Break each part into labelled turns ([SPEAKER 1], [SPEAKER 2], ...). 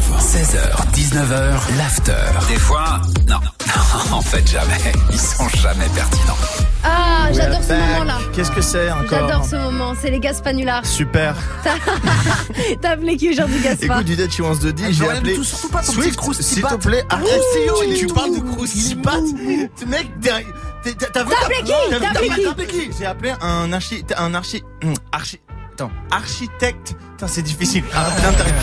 [SPEAKER 1] 16h, 19h, l'after. Des fois, non. en fait, jamais. Ils sont jamais pertinents.
[SPEAKER 2] Ah, j'adore ce
[SPEAKER 3] Back.
[SPEAKER 2] moment-là.
[SPEAKER 3] Qu'est-ce que c'est encore
[SPEAKER 2] J'adore ce moment, c'est les Gaspanulars.
[SPEAKER 3] Super.
[SPEAKER 2] T'as appelé qui aujourd'hui, Gaspar
[SPEAKER 3] Écoute, du Dead She Wants to Die, j'ai
[SPEAKER 4] Joël,
[SPEAKER 3] appelé.
[SPEAKER 4] tout- surtout pas ton
[SPEAKER 3] Swift,
[SPEAKER 4] petit crousti
[SPEAKER 3] s'il te
[SPEAKER 4] patte.
[SPEAKER 3] plaît, arrête.
[SPEAKER 4] il
[SPEAKER 3] tu,
[SPEAKER 4] est
[SPEAKER 3] tu
[SPEAKER 4] tout
[SPEAKER 3] parles de
[SPEAKER 4] mou.
[SPEAKER 3] croustipat. Mec, t'es- t'es- t'as t'as vu
[SPEAKER 2] T'as appelé qui
[SPEAKER 3] t'as-
[SPEAKER 2] T'as appelé qui
[SPEAKER 3] T'as appelé qui J'ai appelé un archi, un archi, hum, archi. Attends, architecte. Putain, c'est difficile. Ah, l'intérieur.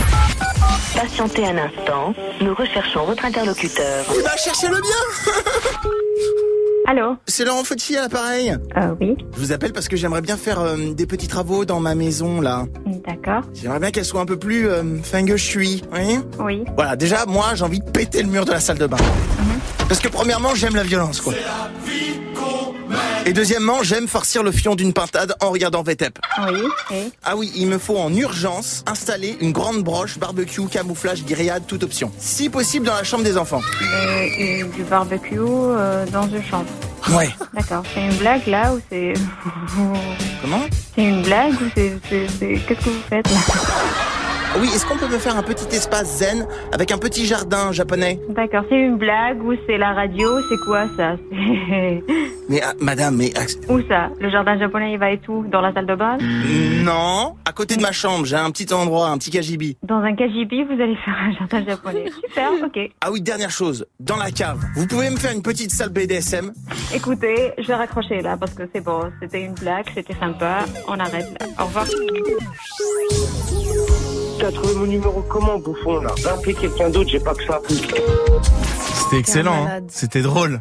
[SPEAKER 5] Patientez un instant, nous recherchons votre interlocuteur.
[SPEAKER 4] Il va chercher le Eh ben, bien
[SPEAKER 6] Allô
[SPEAKER 4] C'est Laurent Fauchy à l'appareil.
[SPEAKER 6] euh, Oui,
[SPEAKER 4] Je vous appelle parce que j'aimerais bien faire euh, des petits travaux dans ma maison là.
[SPEAKER 6] d'accord.
[SPEAKER 4] J'aimerais bien qu'elle soit un peu plus euh, feng shui, vous voyez
[SPEAKER 6] Oui,
[SPEAKER 4] Voilà, déjà moi j'ai envie de péter le mur de la salle de bain.
[SPEAKER 6] Mhm.
[SPEAKER 4] Parce que premièrement j'aime la violence quoi. Et deuxièmement j'aime farcir le fion d'une pintade en regardant VTEP.
[SPEAKER 6] oui, oui.
[SPEAKER 4] Ah oui, il me faut en urgence installer une grande broche barbecue, camouflage, grillade, toute option. Si possible dans la chambre des enfants.
[SPEAKER 6] Et, et du barbecue euh, dans une chambre.
[SPEAKER 4] Ouais.
[SPEAKER 6] D'accord. C'est une blague là ou c'est.
[SPEAKER 4] Comment
[SPEAKER 6] c'est une blague ou c'est. c'est- c'est- Qu'est-ce que vous faites là
[SPEAKER 4] Oui, est-ce qu'on peut me faire un petit espace zen avec un petit jardin japonais
[SPEAKER 6] D'accord. C'est une blague ou c'est la radio C'est quoi ça C'est-
[SPEAKER 4] Mais ah, madame, mais ah,
[SPEAKER 6] Où ça Le jardin japonais il va et tout Dans la salle de bain
[SPEAKER 4] non, à côté de ma chambre, j'ai un petit endroit, un petit kajibi.
[SPEAKER 6] Dans un KGB vous allez faire un jardin japonais. Super, ok.
[SPEAKER 4] Ah oui, dernière chose, dans la cave. Vous pouvez me faire une petite salle BDSM
[SPEAKER 6] Écoutez, je vais raccrocher là parce que c'est bon. C'était une blague, c'était sympa. On arrête là. Au revoir.
[SPEAKER 7] T'as trouvé mon numéro comment, bouffon, là Va appeler quelqu'un d'autre, j'ai pas que ça.
[SPEAKER 3] C'était excellent. hein.
[SPEAKER 2] malade.
[SPEAKER 3] C'était drôle.